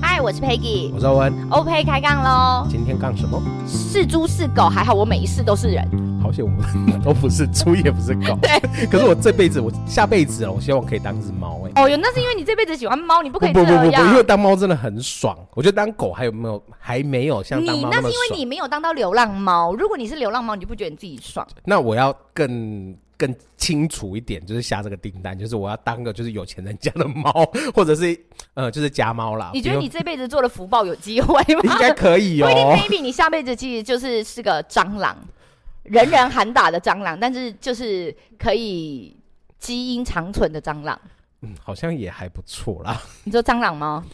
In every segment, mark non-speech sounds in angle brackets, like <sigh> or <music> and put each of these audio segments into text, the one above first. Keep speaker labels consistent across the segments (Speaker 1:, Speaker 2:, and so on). Speaker 1: 嗨，我是 Peggy
Speaker 2: 我。是欧文，
Speaker 1: OK，开杠喽！
Speaker 2: 今天干什么？
Speaker 1: 是猪是狗，还好我每一世都是人。
Speaker 2: 好险我们 <laughs> 都不是猪，也不是
Speaker 1: <laughs>
Speaker 2: 狗。对，可是我这辈子，我下辈子了，我希望可以当只猫、欸。
Speaker 1: 哦哟，那是因为你这辈子喜欢猫，你不可以
Speaker 2: 不
Speaker 1: 这
Speaker 2: 不不不，因为
Speaker 1: 样。
Speaker 2: 当猫真的很爽。我觉得当狗还有没有还没有像当
Speaker 1: 你
Speaker 2: 猫
Speaker 1: 那
Speaker 2: 么
Speaker 1: 是因为
Speaker 2: 爽。
Speaker 1: 你没有当到流浪猫。如果你是流浪猫，你就不觉得你自己爽。
Speaker 2: 那我要更更清楚一点，就是下这个订单，就是我要当个就是有钱人家的猫， <laughs> 或者是呃就是家猫啦。
Speaker 1: 你觉得
Speaker 2: 不用
Speaker 1: 你这辈子做的福报有机会
Speaker 2: <laughs>
Speaker 1: 吗？
Speaker 2: 应该可以
Speaker 1: 不一定
Speaker 2: 哦？
Speaker 1: ，maybe 你下辈子其实就是是个蟑螂，人人喊打的蟑螂，但是就是可以基因长存的蟑螂。
Speaker 2: 嗯，好像也还不错啦。
Speaker 1: 你说蟑螂吗？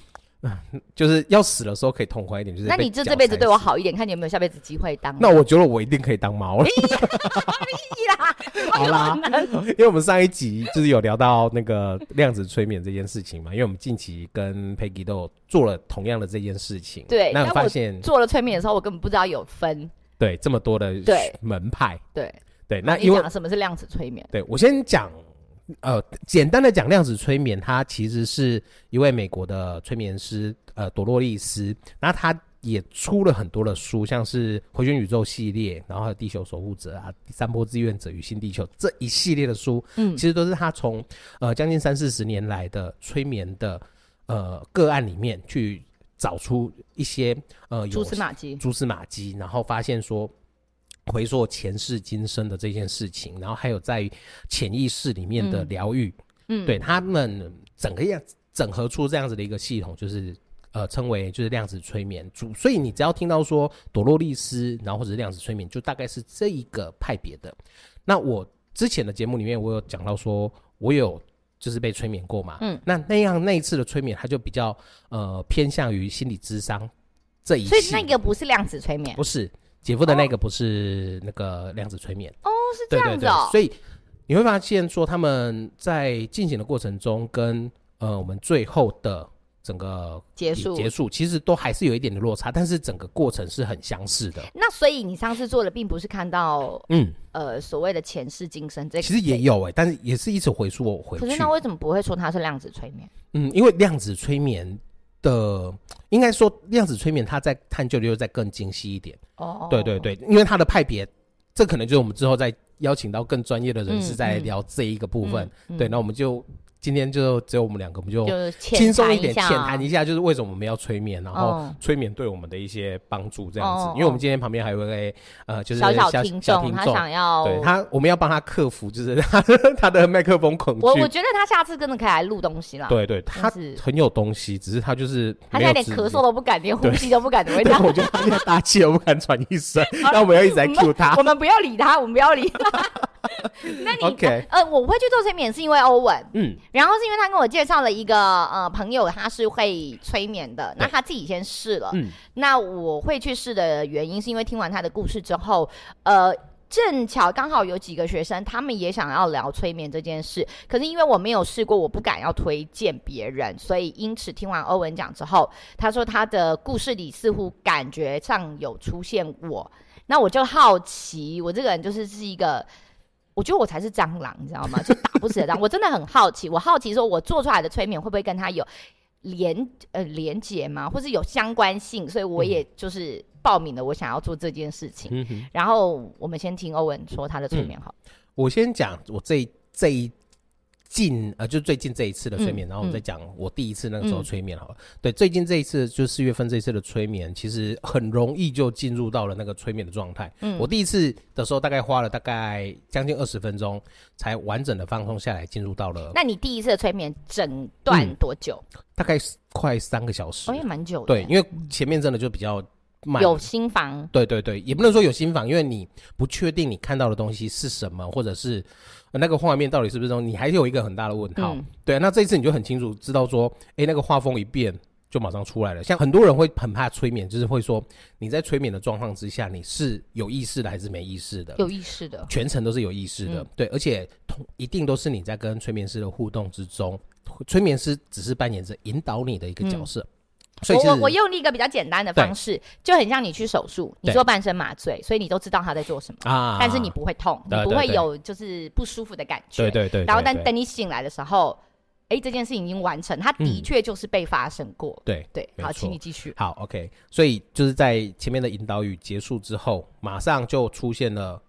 Speaker 2: 就是要死的时候可以痛快一点，就是
Speaker 1: 那
Speaker 2: 被
Speaker 1: 你就
Speaker 2: 绞
Speaker 1: 这辈子
Speaker 2: 塞
Speaker 1: 对我
Speaker 2: 死。
Speaker 1: 好一点，看你有没有下辈子机会当。
Speaker 2: 那我觉得我一定可以当猫了。好啦，因为我们上一集就是有聊到那个量子催眠这件事情嘛，因为我们近期跟 Peggy 都有做了同样的这件事情。
Speaker 1: 对
Speaker 2: 那
Speaker 1: 但
Speaker 2: 发
Speaker 1: 我
Speaker 2: 现
Speaker 1: <laughs> 做了催眠的时候，我根本不知道有分。
Speaker 2: 对这么多的
Speaker 1: 对
Speaker 2: 门派，
Speaker 1: 对，
Speaker 2: 对，那
Speaker 1: 哦你
Speaker 2: 因为
Speaker 1: 讲的什么是量子催眠？
Speaker 2: 对我先讲，呃，简单的讲，量子催眠它其实是一位美国的催眠师，呃，朵洛丽丝，那他也出了很多的书，像是《回旋宇宙》系列，然后还有《地球守护者》啊，《第三波志愿者与新地球》这一系列的书，
Speaker 1: 嗯
Speaker 2: 其实都是他从呃将近三四十年来的催眠的呃个案里面去找出一些呃有
Speaker 1: 蛛丝马迹。
Speaker 2: 蛛丝马迹，然后发现说回溯前世今生的这件事情，然后还有在潜意识里面的
Speaker 1: 嗯
Speaker 2: 疗愈，
Speaker 1: 嗯，
Speaker 2: 对他们整个样整合出这样子的一个系统，就是。呃，称为就是量子催眠主，所以你只要听到说朵洛丽丝，然后或者是量子催眠，就大概是这一个派别的。那我之前的节目里面，我有讲到说，我有就是被催眠过嘛，
Speaker 1: 嗯，
Speaker 2: 那那样那一次的催眠，它就比较呃偏向于心理智商这一系
Speaker 1: 所
Speaker 2: 列，
Speaker 1: 以那个不是量子催眠
Speaker 2: 不是，姐夫的那个不是那个量子催眠，
Speaker 1: 哦，是这
Speaker 2: 对
Speaker 1: 样
Speaker 2: 对
Speaker 1: 子
Speaker 2: 对
Speaker 1: 哦，。
Speaker 2: 所以你会发现说他们在进行的过程中跟，呃我们最后的整个
Speaker 1: 结束
Speaker 2: 结束，其实都还是有一点的落差，但是整个过程是很相似的。
Speaker 1: 那所以你上次做的并不是看到
Speaker 2: 嗯，
Speaker 1: 呃所谓的前世今生这，
Speaker 2: 其实也。有哎、但是也是一直回溯我回
Speaker 1: 可是
Speaker 2: 去
Speaker 1: 那。为什么不会说它是量子催眠？
Speaker 2: 嗯，因为量子催眠的，应该说量子催眠，它在探究的又再更精细一点。
Speaker 1: 哦，
Speaker 2: 对对，对，因为它的派别，这可能就是我们之后再邀请到更专业的人士
Speaker 1: 嗯
Speaker 2: 再来
Speaker 1: 嗯
Speaker 2: 聊这一个部分。
Speaker 1: 嗯
Speaker 2: 对，那我们就今天就只有我们两个，我们就
Speaker 1: 就是
Speaker 2: 轻
Speaker 1: 浅
Speaker 2: 松
Speaker 1: 谈
Speaker 2: 一点，浅谈
Speaker 1: 下
Speaker 2: 一下，就是为什么我们要催眠，然后
Speaker 1: 哦
Speaker 2: 催眠对我们的一些帮助这样子
Speaker 1: 哦哦。
Speaker 2: 因为我们今天旁边还有一位呃，就是
Speaker 1: 小
Speaker 2: 小
Speaker 1: 小听众，
Speaker 2: 听
Speaker 1: 他
Speaker 2: 众
Speaker 1: 想要
Speaker 2: 对他，我们要帮他克服，就是 <laughs> 他他的麦克风恐
Speaker 1: 我我
Speaker 2: 惧。
Speaker 1: 觉得他下次真的可以来录东西啦。，
Speaker 2: 对对，他
Speaker 1: 是
Speaker 2: 很有东西，只是他就是
Speaker 1: 他
Speaker 2: 没
Speaker 1: 现
Speaker 2: 有
Speaker 1: 在连
Speaker 2: 执
Speaker 1: 咳
Speaker 2: 行
Speaker 1: 嗽都不敢，连呼吸都不敢，怎么会这
Speaker 2: <laughs> 对，
Speaker 1: 样？
Speaker 2: 我觉得他现在大气都不敢喘
Speaker 1: <laughs>
Speaker 2: 一声，那我们要一直在 cue 他
Speaker 1: 我。们不要理他，我们不要理他。 <laughs> 那你
Speaker 2: <laughs> OK
Speaker 1: 呃，我会去做催眠是因为欧文，
Speaker 2: 嗯，
Speaker 1: 然后是因为他跟我介绍了一个呃朋友，他是会催眠的，那
Speaker 2: 对
Speaker 1: 他自己先试了。
Speaker 2: 嗯
Speaker 1: 那我会去试的原因是因为听完他的故事之后，呃。正巧刚好有几个学生，他们也想要聊催眠这件事，可是因为我没有试过，我不敢要推荐别人，所以因此听完欧文讲之后，他说他的故事里似乎感觉上有出现我，那我就好奇，我这个人就是是一个，我觉得我才是蟑螂，你知道吗？就打不死的蟑螂。我真的很好奇，我好奇说，我做出来的催眠会不会跟他有连呃连结吗？或是有相关性？所以我也就是报名了，我想要做这件事情。
Speaker 2: 嗯哼，
Speaker 1: 然后我们先听欧文说他的催眠好，
Speaker 2: 我先讲我这一这一近呃，就最近这一次的催眠，
Speaker 1: 嗯
Speaker 2: 然后我再讲我第一次那个时候
Speaker 1: 嗯
Speaker 2: 催眠好了。对，最近这一次就四月份这一次的催眠，其实很容易就进入到了那个催眠的状态。
Speaker 1: 嗯
Speaker 2: 我第一次的时候大概花了大概将近二十分钟，才完整的放松下来，进入到了
Speaker 1: 那你第一次的催眠诊断
Speaker 2: 嗯
Speaker 1: 多久？
Speaker 2: 大概快三个小时
Speaker 1: 哦，。也蛮久的。
Speaker 2: 对，，因为前面真的就比较慢，
Speaker 1: 有心房。
Speaker 2: 对对对，也不能说有新房，因为你不确定你看到的东西是什么，或者是呃那个画面到底是不是中，你还有一个很大的问号。
Speaker 1: 嗯
Speaker 2: 对，啊那这一次你就很清楚知道说，诶，那个画风一变就马上出来了。像很多人会很怕催眠，就是会说你在催眠的状况之下，你是有意识的还是没意识的？
Speaker 1: 有意识的，
Speaker 2: 全程都是有意识的，
Speaker 1: 嗯
Speaker 2: 对，而且同一定都是你在跟催眠师的互动之中，催眠师只是扮演着引导你的一个角色。所以
Speaker 1: 我
Speaker 2: 其
Speaker 1: 嗯我
Speaker 2: 实
Speaker 1: 我用了一个比较简单的方式，就很像你去手术，你
Speaker 2: 对
Speaker 1: 做半身麻醉，所以你都知道他在做什么，
Speaker 2: 啊，
Speaker 1: 但是你不会痛，
Speaker 2: 对
Speaker 1: 你不
Speaker 2: 对
Speaker 1: 会
Speaker 2: 对
Speaker 1: 有就是不舒服的感觉。
Speaker 2: 对对对对，
Speaker 1: 然后但
Speaker 2: 对
Speaker 1: 等你醒来的时候，哎、哎，这件事情已经完成，它的
Speaker 2: 嗯
Speaker 1: 确就是被发生过。
Speaker 2: 对
Speaker 1: 对，
Speaker 2: 没
Speaker 1: 好，
Speaker 2: 错
Speaker 1: 请你继续。
Speaker 2: 好，OK，所以就是在前面的引导语结束之后，马上就出现了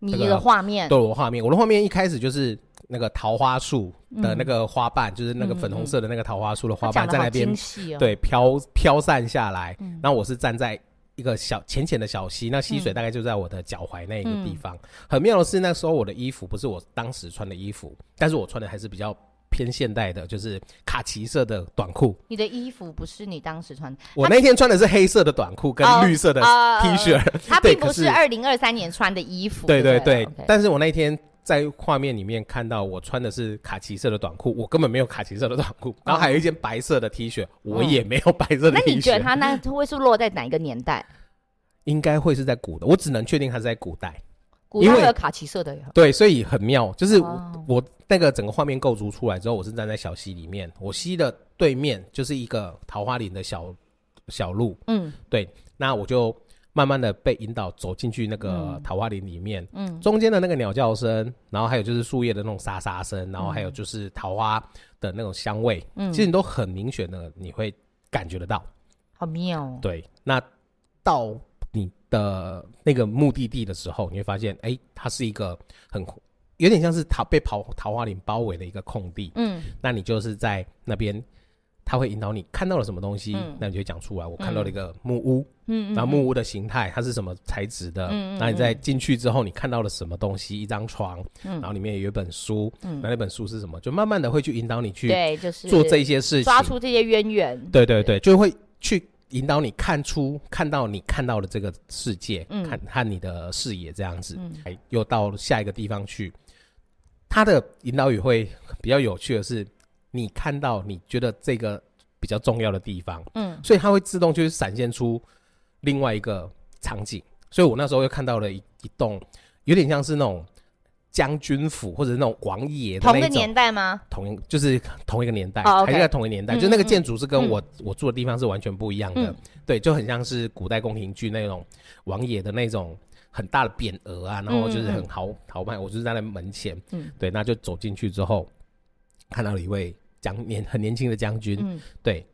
Speaker 1: 你
Speaker 2: 这个
Speaker 1: 的画面，
Speaker 2: 斗罗画面。我的画面一开始就是那个桃花树的那个花瓣，就是那个粉红色的那个桃花树的
Speaker 1: 他
Speaker 2: 花
Speaker 1: 讲
Speaker 2: 瓣
Speaker 1: 的
Speaker 2: 在
Speaker 1: 好嗯
Speaker 2: 那边
Speaker 1: 精细哦。
Speaker 2: 对，飘飘散下来。然后我是站在一个小浅浅的小溪，那溪
Speaker 1: 嗯
Speaker 2: 水大概就在我的脚踝那一个地方。很妙的是，那时候我的衣服不是我当时穿的衣服，但是我穿的还是比较偏现代的，就是卡其色的短裤。
Speaker 1: 你的衣服不是你当时穿，
Speaker 2: 我那天穿的是黑色的短裤跟
Speaker 1: 啊哦
Speaker 2: 绿色的 T
Speaker 1: 呃
Speaker 2: 恤，
Speaker 1: 它
Speaker 2: 对
Speaker 1: 并不
Speaker 2: 可
Speaker 1: 是
Speaker 2: 是
Speaker 1: 二零二三年穿的衣服。
Speaker 2: 对
Speaker 1: 对
Speaker 2: 对
Speaker 1: 不
Speaker 2: 对
Speaker 1: OK，
Speaker 2: 但是我那一天在画面里面看到我穿的是卡其色的短裤，我根本没有卡其色的短裤，然后还有一件白色的 T 恤，我
Speaker 1: 嗯
Speaker 2: 也没有白色的
Speaker 1: 那
Speaker 2: T 恤。
Speaker 1: 你觉得它那会是落在哪一个年代？
Speaker 2: 应该会是在古的，我只能确定它是在古代。
Speaker 1: 古
Speaker 2: 因
Speaker 1: 代
Speaker 2: 为
Speaker 1: 有卡其色的哟。
Speaker 2: 对，所以很妙，就是我、
Speaker 1: 哦
Speaker 2: 我那个整个画面构筑出来之后，我是站在小溪里面，我溪的对面就是一个桃花林的小小路，
Speaker 1: 嗯
Speaker 2: 那我就慢慢的被引导走进去那个
Speaker 1: 嗯
Speaker 2: 桃花林里面，
Speaker 1: 嗯
Speaker 2: 中间的那个鸟叫声，然后还有就是树叶的那种沙沙声，然后还有就是桃花的那种香味，
Speaker 1: 嗯
Speaker 2: 其实你都很明显的你会感觉得到。
Speaker 1: 好妙哦。
Speaker 2: 对，那到你的那个目的地的时候，你会发现，哎、它是一个很有点像是桃被桃桃花林包围的一个空地。
Speaker 1: 嗯
Speaker 2: 那你就是在那边，它会引导你看到了什么东西，
Speaker 1: 嗯
Speaker 2: 那你就讲出来。我看到了一个木屋，
Speaker 1: 嗯嗯，
Speaker 2: 然后木屋的形态它是什么材质的，
Speaker 1: 嗯嗯
Speaker 2: 那你在进去之后，你看到了什么东西？一张床，
Speaker 1: 嗯
Speaker 2: 然后里面有一本书，
Speaker 1: 嗯
Speaker 2: 那那本书是什么？就慢慢的会去引导你去
Speaker 1: 对，就是
Speaker 2: 做这一些事情，
Speaker 1: 抓出这些渊源。
Speaker 2: 对对对，就会去引导你看出看到你看到的这个世界，
Speaker 1: 嗯
Speaker 2: 看看你的视野这样子，
Speaker 1: 嗯
Speaker 2: 哎又到了下一个地方去。他的引导语会比较有趣的是，你看到你觉得这个比较重要的地方，
Speaker 1: 嗯
Speaker 2: 所以它会自动就是闪现出另外一个场景。所以我那时候又看到了一一栋有点像是那种将军府或者那种王爷的
Speaker 1: 同
Speaker 2: 那
Speaker 1: 个
Speaker 2: 种
Speaker 1: 年代吗？
Speaker 2: 同一就是同一个年代，
Speaker 1: 哦，OK
Speaker 2: 还是在同一个年代，
Speaker 1: 嗯
Speaker 2: 就是那个建筑是
Speaker 1: 嗯
Speaker 2: 跟
Speaker 1: 嗯
Speaker 2: 我、我住的地方是完全不一样的，
Speaker 1: 嗯
Speaker 2: 对，就很像是古代宫廷剧那种王爷的那种很大的匾额啊，然后就是很豪豪迈，我就是在那门前，
Speaker 1: 嗯
Speaker 2: 对，那就走进去之后，看到了一位将年很年轻的将军，
Speaker 1: 嗯
Speaker 2: 对，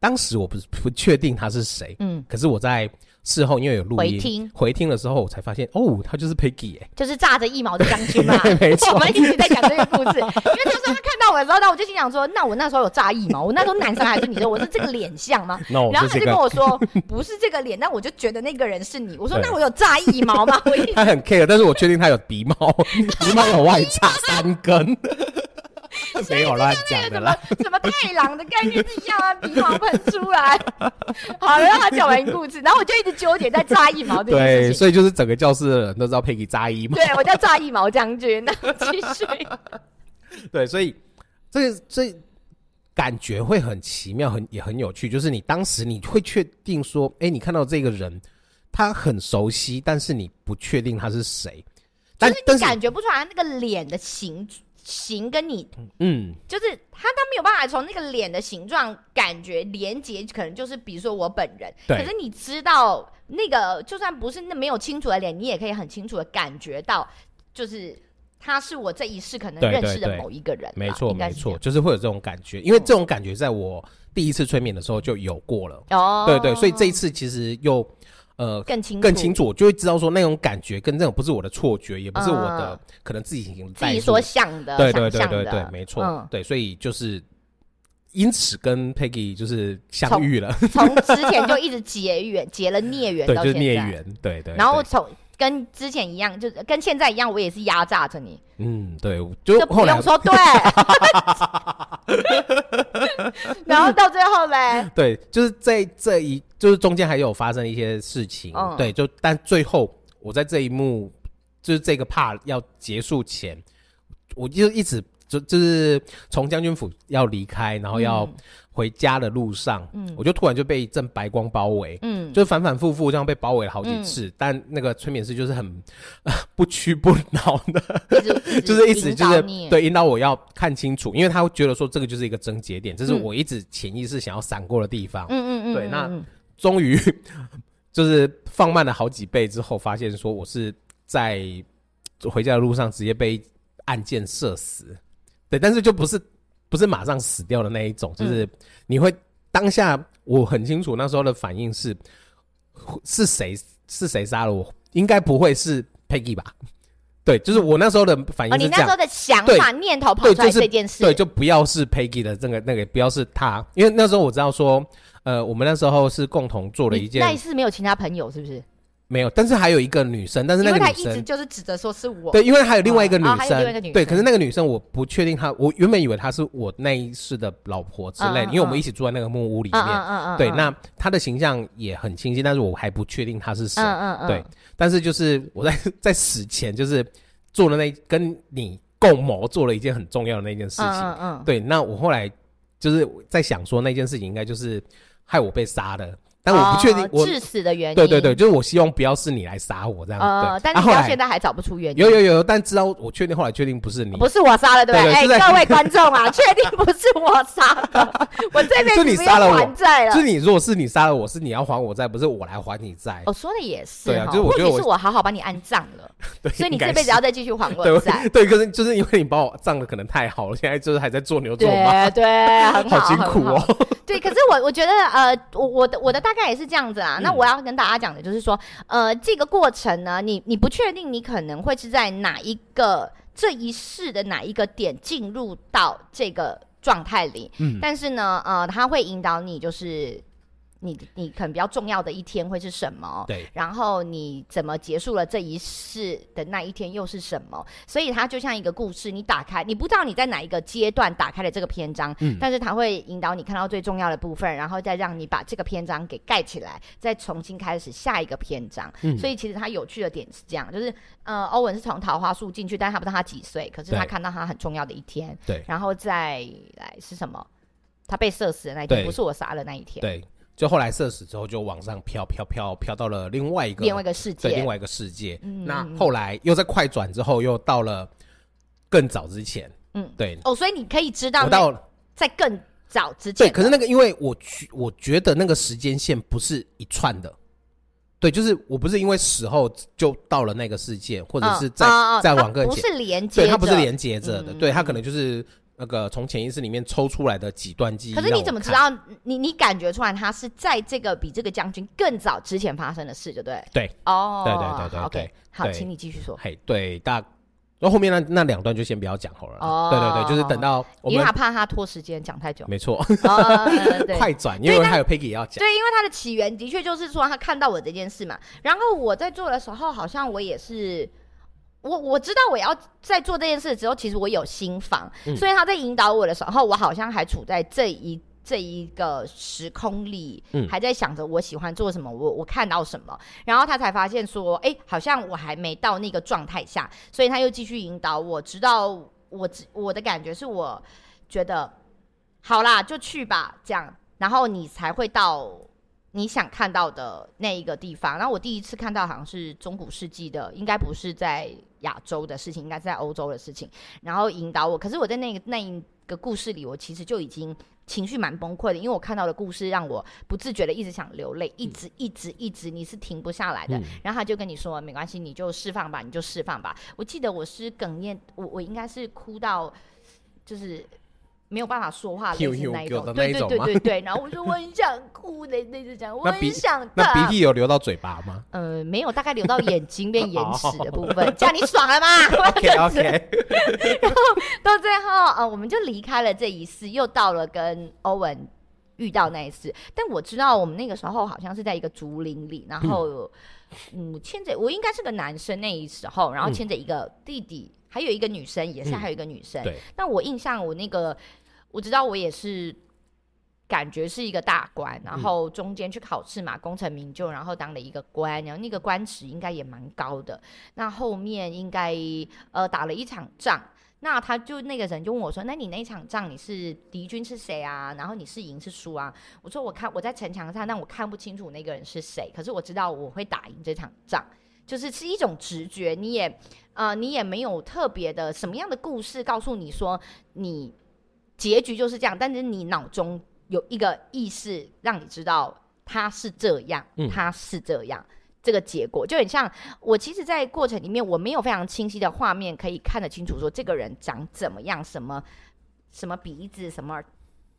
Speaker 2: 当时我不是不确定他是谁，
Speaker 1: 嗯，
Speaker 2: 可是我在事后因为有录音
Speaker 1: 回听
Speaker 2: 回听的时候，我才发现哦，他就是 Peggy 哎、。
Speaker 1: 就是炸着一毛的将军嘛
Speaker 2: <laughs> 没
Speaker 1: <laughs>
Speaker 2: 错
Speaker 1: 我们一直在讲这个故事，因为那时候他看到我的时候，那我就心想说，那我那时候有炸一毛，我那时候男生还是女生，我是这个脸像吗？
Speaker 2: 那我
Speaker 1: 然
Speaker 2: 就
Speaker 1: 后他
Speaker 2: 哦是一
Speaker 1: 就跟
Speaker 2: 个
Speaker 1: 我说，不是这个脸，但我就觉得那个人是你。我说，
Speaker 2: 对
Speaker 1: 那我有炸一毛吗？我一定
Speaker 2: 他很 care，但是我确定他有鼻
Speaker 1: <laughs>
Speaker 2: 毛，鼻毛有外插三根，没有乱讲的
Speaker 1: 什么
Speaker 2: 啦。
Speaker 1: 什么太郎的概念是一样啊， <laughs> 鼻毛喷出来。好了，让他讲完故事，然后我就一直纠结在炸一毛这件
Speaker 2: 对，
Speaker 1: 事情。
Speaker 2: 所以就是整个教室的人都知道佩奇扎伊嘛。 <laughs>
Speaker 1: 对，我叫炸一毛将军。那继续，
Speaker 2: 对，所以这个这感觉会很奇妙，很也很有趣。就是你当时你会确定说，哎，你看到这个人，他很熟悉，但是你不确定他是谁。但
Speaker 1: 就
Speaker 2: 但
Speaker 1: 是
Speaker 2: 是
Speaker 1: 感觉不出来那个脸的形形跟你，
Speaker 2: 嗯，
Speaker 1: 就是他他没有办法从那个脸的形状感觉连接，可能就是比如说我本人，
Speaker 2: 对
Speaker 1: 可是你知道那个就算不是那没有清楚的脸，你也可以很清楚的感觉到，就是他是我这一世可能
Speaker 2: 对
Speaker 1: 认
Speaker 2: 对
Speaker 1: 识的
Speaker 2: 对
Speaker 1: 某一个人吧，啊
Speaker 2: 没错
Speaker 1: 应该
Speaker 2: 没
Speaker 1: 是这
Speaker 2: 错，
Speaker 1: 样。哦
Speaker 2: 就是会有这种感觉，因为这种感觉在我第一次催眠的时候就有过了。
Speaker 1: 哦，
Speaker 2: 对对，所以这一次其实又呃
Speaker 1: 更清
Speaker 2: 更清
Speaker 1: 楚，
Speaker 2: 楚，我就会知道说那种感觉跟那种不是我的错觉，也不是我的、
Speaker 1: 嗯
Speaker 2: 可能自己已经
Speaker 1: 自
Speaker 2: 带
Speaker 1: 己
Speaker 2: 入
Speaker 1: 所想的，
Speaker 2: 对
Speaker 1: 想
Speaker 2: 对对
Speaker 1: 象
Speaker 2: 对
Speaker 1: 的
Speaker 2: 对，没错，
Speaker 1: 嗯
Speaker 2: 对，所以就是因此跟 Peggy 就是相遇了，
Speaker 1: 从之前就一直结缘，结了孽缘
Speaker 2: <laughs> 对，
Speaker 1: 到
Speaker 2: 就是
Speaker 1: 现
Speaker 2: 孽
Speaker 1: 在。
Speaker 2: 缘，对对
Speaker 1: 然后
Speaker 2: 对
Speaker 1: 从跟之前一样，就是跟现在一样，我也是压榨着你，
Speaker 2: 嗯，对，我
Speaker 1: 就
Speaker 2: 就
Speaker 1: 不
Speaker 2: 后来
Speaker 1: 用说
Speaker 2: <laughs>
Speaker 1: 对。然后到最后嘞，
Speaker 2: 对，就是在这一，就是中间还有发生一些事情，
Speaker 1: 嗯
Speaker 2: 对，就但最后我在这一幕，就是这个 part 要结束前，我就一直就就是从将军府要离开，然后要
Speaker 1: 嗯
Speaker 2: 回家的路上，我就突然就被一阵白光包围。
Speaker 1: 嗯，
Speaker 2: 就反反复复这样被包围了好几次，但那个催眠师就是很、 <laughs> 呃不屈不挠的，
Speaker 1: 一直
Speaker 2: 就是一直
Speaker 1: 引
Speaker 2: 就
Speaker 1: 导
Speaker 2: 是
Speaker 1: 你，
Speaker 2: 对引导我要看清楚，因为他会觉得说这个就是一个症结点，这
Speaker 1: 嗯
Speaker 2: 是我一直潜意识想要闪过的地方。
Speaker 1: 嗯嗯嗯，
Speaker 2: 对
Speaker 1: 嗯
Speaker 2: 那
Speaker 1: 嗯
Speaker 2: 终于 <laughs> 就是放慢了好几倍之后，发现说我是在回家的路上直接被按键射死。对，但是就不是不是马上死掉的那一
Speaker 1: 嗯
Speaker 2: 种，就是你会当下我很清楚那时候的反应是是谁是谁杀了我，应该不会是 Peggy 吧？对，就是我那时候的反
Speaker 1: 哦，
Speaker 2: 应
Speaker 1: 你
Speaker 2: 是
Speaker 1: 那
Speaker 2: 这
Speaker 1: 时
Speaker 2: 样
Speaker 1: 候，的想
Speaker 2: 对
Speaker 1: 法念头跑
Speaker 2: 对
Speaker 1: 出来
Speaker 2: 就是
Speaker 1: 这件事，
Speaker 2: 对，就不要是 Peggy 的这个那个，不要是他，因为那时候我知道说，呃，我们那时候是共同做了
Speaker 1: 你
Speaker 2: 一件
Speaker 1: 那一次没有其他朋友是不是？
Speaker 2: 没有，但是还有一个女生，但是那
Speaker 3: 因
Speaker 2: 个
Speaker 3: 为他
Speaker 2: 女
Speaker 3: 一直
Speaker 2: 生。
Speaker 3: 就是指着说是我，
Speaker 2: 对，因为还有另外一个女
Speaker 1: 哦还有
Speaker 2: 生，
Speaker 1: 另外一个女
Speaker 2: 对，
Speaker 1: 生
Speaker 2: 可是那个女生我不确定她，我原本以为她是我那一世的老婆之类的，
Speaker 1: 嗯嗯
Speaker 2: 因为我们一起住在那个木屋里面，
Speaker 1: 嗯嗯嗯嗯，
Speaker 2: 对，
Speaker 1: 嗯
Speaker 2: 那她的形象也很清晰，但是我还不确定她是谁，
Speaker 1: 嗯嗯嗯，
Speaker 2: 对，但是就是我在在死前就是做了那跟你共谋做了一件很重要的那件事情，
Speaker 1: 嗯嗯嗯，
Speaker 2: 对，那我后来就是在想说那件事情应该就是害我被杀的，但我不确定、
Speaker 1: 哦
Speaker 2: 我。
Speaker 1: 致死的原因，
Speaker 2: 对对对，，就是我希望不要是你来杀我这样。
Speaker 1: 呃，
Speaker 2: 对
Speaker 1: 但
Speaker 2: 啊
Speaker 1: 是
Speaker 2: 后
Speaker 1: 到
Speaker 2: 来
Speaker 1: 现在还找不出原因，
Speaker 2: 有有有，但知道我确定后来确定不是你，
Speaker 1: 哦不是我杀了，对不
Speaker 2: 对
Speaker 1: 对？哎，
Speaker 2: 对就是
Speaker 1: 各位观众
Speaker 2: <laughs>
Speaker 1: 啊，确定不是我杀的，我这辈
Speaker 2: 是
Speaker 1: 子
Speaker 2: 你
Speaker 1: 不
Speaker 2: 杀了
Speaker 1: 用
Speaker 2: 我
Speaker 1: 还债了
Speaker 2: 是。你。如果是你杀了我，是你要还我债，不是我来还你债。
Speaker 1: 我哦说的也是
Speaker 2: 对啊
Speaker 1: 哈，
Speaker 2: 就是我
Speaker 1: 或
Speaker 2: 觉得
Speaker 1: 许
Speaker 2: 我
Speaker 1: 是我好好把你安葬了，
Speaker 2: 对，
Speaker 1: 所以你
Speaker 2: 应该
Speaker 1: 这辈子
Speaker 2: 是
Speaker 1: 要再继续还
Speaker 2: <laughs> 对
Speaker 1: 我债
Speaker 2: 我。对，可是就是因为你把我葬的可能太好了，现在就是还在做牛做马，
Speaker 1: 对对，很好，
Speaker 2: 好辛苦
Speaker 1: 很好。
Speaker 2: 哦。
Speaker 1: <laughs> 对，可是我我觉得呃，我我的我的大概也是这样子
Speaker 2: 嗯
Speaker 1: 啦。那我要跟大家讲的就是说，呃，这个过程呢，你你不确定你可能会是在哪一个这一世的哪一个点进入到这个状态里，
Speaker 2: 嗯
Speaker 1: 但是呢，呃，它会引导你就是。你你可能比较重要的一天会是什么？
Speaker 2: 对，
Speaker 1: 然后你怎么结束了这一世的那一天又是什么？所以它就像一个故事，你打开，你不知道你在哪一个阶段打开了这个篇章，
Speaker 2: 嗯
Speaker 1: 但是它会引导你看到最重要的部分，然后再让你把这个篇章给盖起来，再重新开始下一个篇章。
Speaker 2: 嗯
Speaker 1: 所以其实它有趣的点是这样，就是呃，欧文是从桃花树进去，但是他不知道他几岁，可是他
Speaker 2: 对
Speaker 1: 看到他很重要的一天，
Speaker 2: 对
Speaker 1: 然后再来是什么？他被射死的那一天，
Speaker 2: 对
Speaker 1: 不是我杀了那一天，
Speaker 2: 对，就后来射死之后就往上飘飘飘飘到了另外一个
Speaker 1: 另外一个世界，
Speaker 2: 对另外一个世界。
Speaker 1: 嗯
Speaker 2: 那
Speaker 1: 嗯嗯
Speaker 2: 后来又在快转之后又到了更早之前，
Speaker 1: 嗯
Speaker 2: 对，
Speaker 1: 哦，所以你可以知道
Speaker 2: 我
Speaker 1: 那
Speaker 2: 到
Speaker 1: 在更早之前
Speaker 2: 对，
Speaker 1: 的，
Speaker 2: 可是那个，因为我觉我觉得那个时间线不是一串的，对，就是我不是因为死后就到了那个世界，或
Speaker 1: 或
Speaker 2: 者是再、再往更
Speaker 1: 嗯哦不
Speaker 2: 前，
Speaker 1: 是连接，
Speaker 2: 对，它不是。连接着的，
Speaker 1: 嗯
Speaker 2: 对，它
Speaker 1: 嗯
Speaker 2: 可能就是那个从潜意识里面抽出来的几段记忆。
Speaker 1: 可是
Speaker 2: 让
Speaker 1: 你
Speaker 2: 我
Speaker 1: 怎么知
Speaker 2: 看？
Speaker 1: 道？你你感觉出来他是在这个比这个将军更早之前发生的事，就对。
Speaker 2: 对。
Speaker 1: 哦。
Speaker 2: 对对对对
Speaker 1: 好
Speaker 2: 对
Speaker 1: OK，好，
Speaker 2: 对
Speaker 1: 请你继续说。
Speaker 2: 嘿，对，大，然后后面那那两段就先不要讲好了啦。
Speaker 1: 哦
Speaker 2: 对对对，就是等到我
Speaker 1: 因为
Speaker 2: 们
Speaker 1: 他怕他拖时间讲太
Speaker 2: <laughs>
Speaker 1: 久。
Speaker 2: 没错，
Speaker 1: 哦，对。
Speaker 2: 快转，因
Speaker 1: 对
Speaker 2: 为
Speaker 1: 那
Speaker 2: 还有 Peggy 也要讲。
Speaker 1: 对，因为他的起源的确就是说他看到我这件事嘛。然后我在做的时候，好像我也是，我我知道我要在做这件事之后，其实我有心防，
Speaker 2: 嗯
Speaker 1: 所以他在引导我的时候，我好像还处在这一。这一个时空里，
Speaker 2: 嗯
Speaker 1: 还在想着我喜欢做什么，我我看到什么，然后他才发现说，哎、好像我还没到那个状态下，所以他又继续引导我，直到我只我的感觉是我觉得好啦，就去吧，这样，然后你才会到你想看到的那一个地方。然后我第一次看到好像是中古世纪的，应该不是在亚洲的事情，应该是在欧洲的事情。然后引导我，可是我在那个那一个故事里，我其实就已经情绪蛮崩溃的，因为我看到的故事让我不自觉的一直想流泪，一直一直一直，你是停不下来的。
Speaker 2: 嗯
Speaker 1: 然后他就跟你说没关系，你就释放吧，你就释放吧。我记得我是哽咽，我我应该是哭到就是没有办法说话，类似那一
Speaker 2: 有有
Speaker 1: 种，
Speaker 2: 的那
Speaker 1: 对
Speaker 2: 一
Speaker 1: 对
Speaker 2: 种
Speaker 1: 对
Speaker 2: 吗
Speaker 1: 对对。然后我说我很想哭，类类似这样，我
Speaker 2: 那鼻
Speaker 1: 很想
Speaker 2: 那
Speaker 1: 他
Speaker 2: 鼻。涕有流到嘴巴吗
Speaker 1: 呃，没有，大概流到眼睛
Speaker 2: <laughs>
Speaker 1: 变眼屎
Speaker 2: 哦
Speaker 1: 的部分，这样你爽了吗？ <laughs>
Speaker 2: ？OK OK，
Speaker 1: 到最后，呃，我们就离开了这一世，又到了跟欧文遇到那一次。但我知道我们那个时候好像是在一个竹林里，然后嗯牵着我应该是个男生那一时候，然后
Speaker 2: 嗯
Speaker 1: 牵着一个弟弟，还有一个女生，也是
Speaker 2: 嗯
Speaker 1: 还有一个女生。
Speaker 2: 对，
Speaker 1: 那我印象我那个我知道我也是。感觉是一个大官，然后中间去考试嘛，功成名就，然后当了一个官，然后那个官职应该也蛮高的。那后面应该呃打了一场仗，那他就那个人就问我说：“那你那一场仗你是敌军是谁啊？然后你是赢是输啊？”我说：“我看我在城墙上，但我看不清楚那个人是谁，可是我知道我会打赢这场仗，就是是一种直觉。你也呃，你也没有特别的什么样的故事告诉你说你结局就是这样，但是你脑中有一个意识让你知道他是这样，
Speaker 2: 嗯
Speaker 1: 他是这样。这个结果就很像我，其实，在过程里面我没有非常清晰的画面可以看得清楚，说这个人长怎么样，什么什么鼻子什么。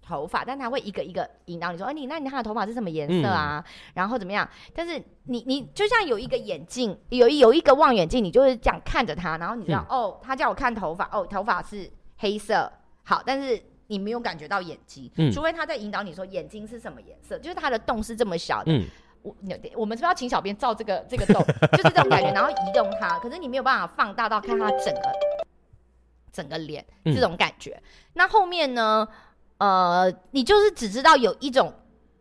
Speaker 1: 头发，但他会一个一个引导你说，哎、你那你看的头发是什么颜色啊？然后怎么样？但是你你就像有一个眼镜，有一有一个望远镜，你就是这样看着它，然后你知道、哦，他叫我看头发，哦，头发是黑色，好，但是你没有感觉到眼睛，
Speaker 2: 嗯
Speaker 1: 除非他在引导你说眼睛是什么颜色，就是它的洞是这么小的，
Speaker 2: 嗯，
Speaker 1: 我你我们是不是要请小编照这个这个洞，就是这种感
Speaker 2: <laughs>
Speaker 1: 觉，然后移动它，可是你没有办法放大到看它整个整个脸
Speaker 2: 嗯
Speaker 1: 这种感觉。那后面呢？呃，你就是只知道有一种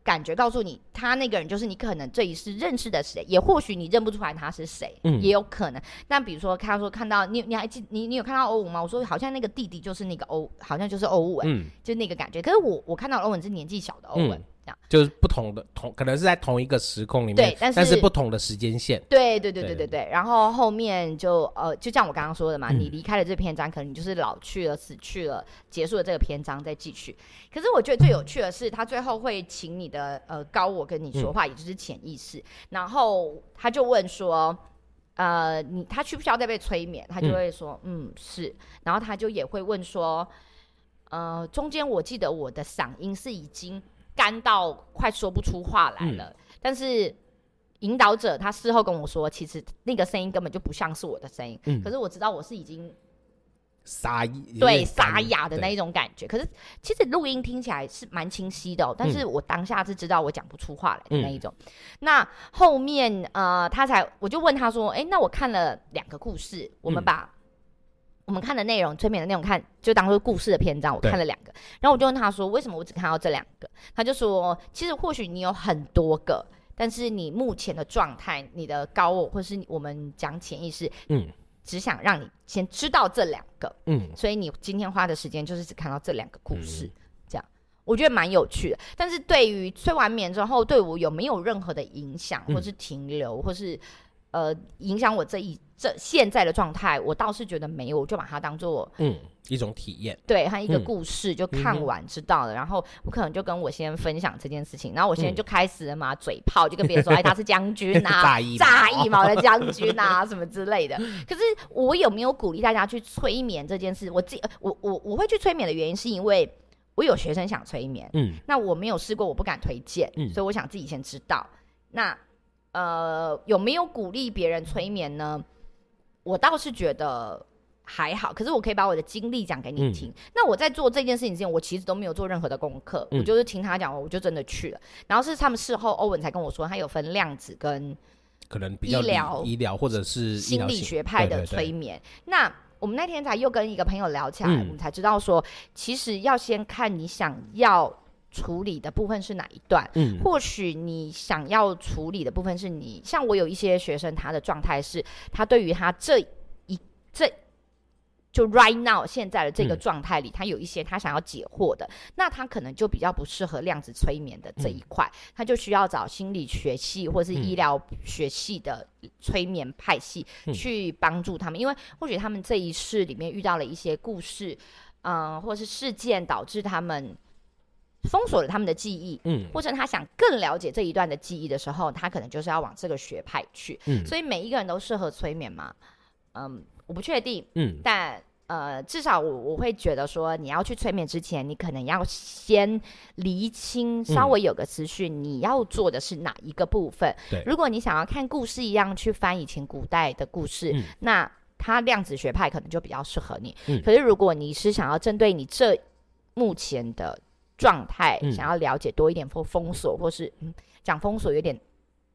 Speaker 1: 感觉告诉你，他那个人就是你可能这一世认识的谁，也或许你认不出来他是谁，
Speaker 2: 嗯
Speaker 1: 也有可能。那比如说，他说看到你，你还记你你有看到欧武吗？我说好像那个弟弟就是那个欧，好像就是欧武、欸，
Speaker 2: 嗯，
Speaker 1: 就那个感觉。可是我我看到的欧文是年纪小的欧文，
Speaker 2: 嗯
Speaker 1: 这样。
Speaker 2: 就是不同的同，可能是在同一个时空里面，
Speaker 1: 对但是
Speaker 2: 不同的时间线，
Speaker 1: 对对对
Speaker 2: 对
Speaker 1: 对对
Speaker 2: 对
Speaker 1: 对，然后后面就呃，就像我刚刚说的嘛，
Speaker 2: 嗯
Speaker 1: 你离开了这篇章，可能你就是老去了、死去了，结束了这个篇章再继续。可是我觉得最有趣的是，他最后会请你的呃高我跟你
Speaker 2: 嗯
Speaker 1: 说话，也就是潜意识，然后他就问说。呃，你他需不需要再被催眠？他就
Speaker 2: 嗯
Speaker 1: 会说，嗯，是。然后他就也会问说，呃，中间我记得我的嗓音是已经干到快说不出话
Speaker 2: 嗯
Speaker 1: 来了，但是引导者他事后跟我说，其实那个声音根本就不像是我的声音，
Speaker 2: 嗯
Speaker 1: 可是我知道我是已经
Speaker 2: 沙
Speaker 1: 对沙哑的那一
Speaker 2: 一
Speaker 1: 种感觉，可是其实录音听起来是蛮清晰的哦、但是我当下是知道我讲不出话来
Speaker 2: 嗯
Speaker 1: 的那一种。那后面呃，他才我就问他说，哎、那我看了两个故事，我们
Speaker 2: 嗯
Speaker 1: 把、我们看的内容，催眠的内容看，就当做故事的篇章，我
Speaker 2: 对
Speaker 1: 看了两个。然后我就问他说，为什么我只看到这两个？他就说，其实或许你有很多个。但是你目前的状态，你的高我，或是我们讲潜意识，
Speaker 2: 嗯
Speaker 1: 只想让你先知道这两个，
Speaker 2: 嗯
Speaker 1: 所以你今天花的时间就是只看到这两个故事，这样我觉得蛮有趣的。但是对于催完眠之后对我有没有任何的影响，
Speaker 2: 嗯
Speaker 1: 或是停留，或是呃影响我这一这现在的状态，我倒是觉得没有，我就把它当做
Speaker 2: 嗯一种体验，
Speaker 1: 对，和一个
Speaker 2: 嗯
Speaker 1: 故事就
Speaker 2: 嗯
Speaker 1: 看
Speaker 2: 哼
Speaker 1: 完知道了，然后我可能就跟我先生分享这件事情，然后我先
Speaker 2: 嗯
Speaker 1: 生就开始了嘛，嘴炮就跟别人
Speaker 2: <laughs>
Speaker 1: 说，哎，他是将军啊，
Speaker 2: 大意
Speaker 1: <laughs> 炸一毛的将军
Speaker 2: <laughs>
Speaker 1: 啊，什么之类的。可是我有没有鼓励大家去催眠这件事？我自己，呃我我我会去催眠的原因，是因为我有学生想催眠，
Speaker 2: 嗯
Speaker 1: 那我没有试过，我不敢推荐，
Speaker 2: 嗯
Speaker 1: 所以我想自己先知道。那呃，有没有鼓励别人催眠呢？我倒是觉得还好，可是我可以把我的经历讲给你听。那我在做这件事情之前，我其实都没有做任何的功课，
Speaker 2: 嗯
Speaker 1: 我就是听他讲，我就真的去了。然后是他们事后欧文才跟我说，他有分量子跟
Speaker 2: 可能比较
Speaker 1: 医疗
Speaker 2: 医疗或者是医
Speaker 1: 心
Speaker 2: 疗
Speaker 1: 理
Speaker 2: 性
Speaker 1: 学派的
Speaker 2: 对对对
Speaker 1: 催眠。那我们那天才又跟一个朋友聊起来，
Speaker 2: 嗯
Speaker 1: 我们才知道说，其实要先看你想要处理的部分是哪一段。
Speaker 2: 嗯
Speaker 1: 或许你想要处理的部分是你，像我有一些学生，他的状态是，他对于他这一这就 right now 现在的这个
Speaker 2: 嗯
Speaker 1: 状态里，他有一些他想要解惑的，那他可能就比较不适合量子催眠的这
Speaker 2: 嗯
Speaker 1: 一块，他就需要找心理学系或是医疗学系的催眠派系
Speaker 2: 嗯
Speaker 1: 去帮助他们，因为或许他们这一世里面遇到了一些故事，嗯、或是事件导致他们封锁了他们的记忆，
Speaker 2: 嗯
Speaker 1: 或者他想更了解这一段的记忆的时候，他可能就是要往这个学派去。
Speaker 2: 嗯
Speaker 1: 所以每一个人都适合催眠吗？嗯，我不确定，
Speaker 2: 嗯
Speaker 1: 但呃，至少我我会觉得说，你要去催眠之前，你可能要先厘清，稍微有个思绪，你要做的是哪一个部分。
Speaker 2: 嗯对
Speaker 1: 如果你想要看故事一样去翻以前古代的故事，
Speaker 2: 嗯
Speaker 1: 那它量子学派可能就比较适合你。
Speaker 2: 嗯
Speaker 1: 可是如果你是想要针对你这目前的状态，
Speaker 2: 嗯
Speaker 1: 想要了解多一点或封锁，或是嗯，讲封锁有点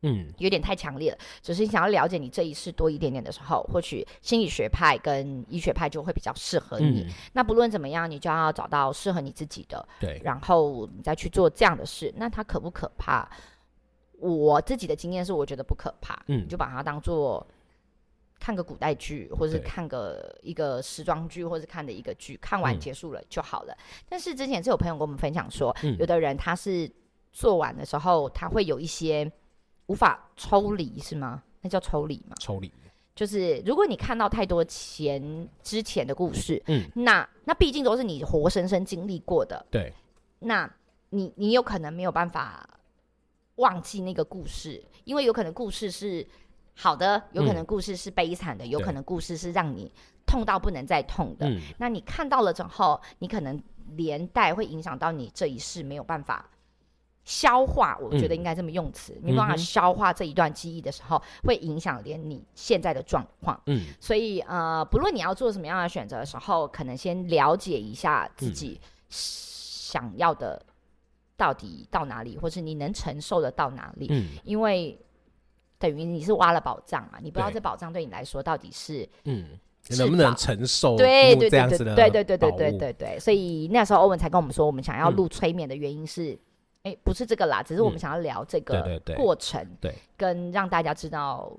Speaker 2: 嗯
Speaker 1: 有点太强烈了，只是想要了解你这一世多一点点的时候，或许心理学派跟医学派就会比较适合你。
Speaker 2: 嗯
Speaker 1: 那不论怎么样，你就要找到适合你自己的，
Speaker 2: 对
Speaker 1: 然后你再去做这样的事。那它可不可怕？我自己的经验是，我觉得不可怕，
Speaker 2: 嗯
Speaker 1: 你就把它当做看个古代剧，或是
Speaker 2: 对
Speaker 1: 看个一个时装剧，或是看的一个剧，看完
Speaker 2: 嗯
Speaker 1: 结束了就好了。但是之前是有朋友跟我们分享说，
Speaker 2: 嗯
Speaker 1: 有的人他是做完的时候，他会有一些无法抽离，是吗？那叫抽离吗？
Speaker 2: 抽离
Speaker 1: 就是如果你看到太多前之前的故事，
Speaker 2: 嗯
Speaker 1: 那那毕竟都是你活生生经历过的，
Speaker 2: 对
Speaker 1: 那你你有可能没有办法忘记那个故事，因为有可能故事是好的，有可能故事是悲惨的，有可能故事是让你痛到不能再痛的。
Speaker 2: 嗯
Speaker 1: 那你看到了之后，你可能连带会影响到你这一世没有办法消化，我觉得应该这么用词，你没办
Speaker 2: 嗯
Speaker 1: 法
Speaker 2: 哼
Speaker 1: 消化这一段记忆的时候，会影响连你现在的状况。
Speaker 2: 嗯，
Speaker 1: 所以呃，不论你要做什么样的选择的时候，可能先了解一下
Speaker 2: 嗯
Speaker 1: 自己想要的到底到哪里，或是你能承受的到哪里，
Speaker 2: 嗯
Speaker 1: 因为等于你是挖了宝藏嘛，你不知道
Speaker 2: 对
Speaker 1: 这宝藏对你来说到底是
Speaker 2: 嗯，
Speaker 1: 是
Speaker 2: 能不能
Speaker 1: 吧
Speaker 2: 承受
Speaker 1: 对对
Speaker 2: 哦这
Speaker 1: 对
Speaker 2: 样
Speaker 1: 对
Speaker 2: 子的
Speaker 1: 对对对对
Speaker 2: 宝
Speaker 1: 对
Speaker 2: 物
Speaker 1: 对对，所以那时候欧文才跟我们说，我们想要
Speaker 2: 嗯
Speaker 1: 录催眠的原因是，哎，不是这个啦，只是我们
Speaker 2: 嗯
Speaker 1: 想要聊这
Speaker 2: 对
Speaker 1: 个
Speaker 2: 对对
Speaker 1: 过程，
Speaker 2: 对
Speaker 1: 跟让大家知道，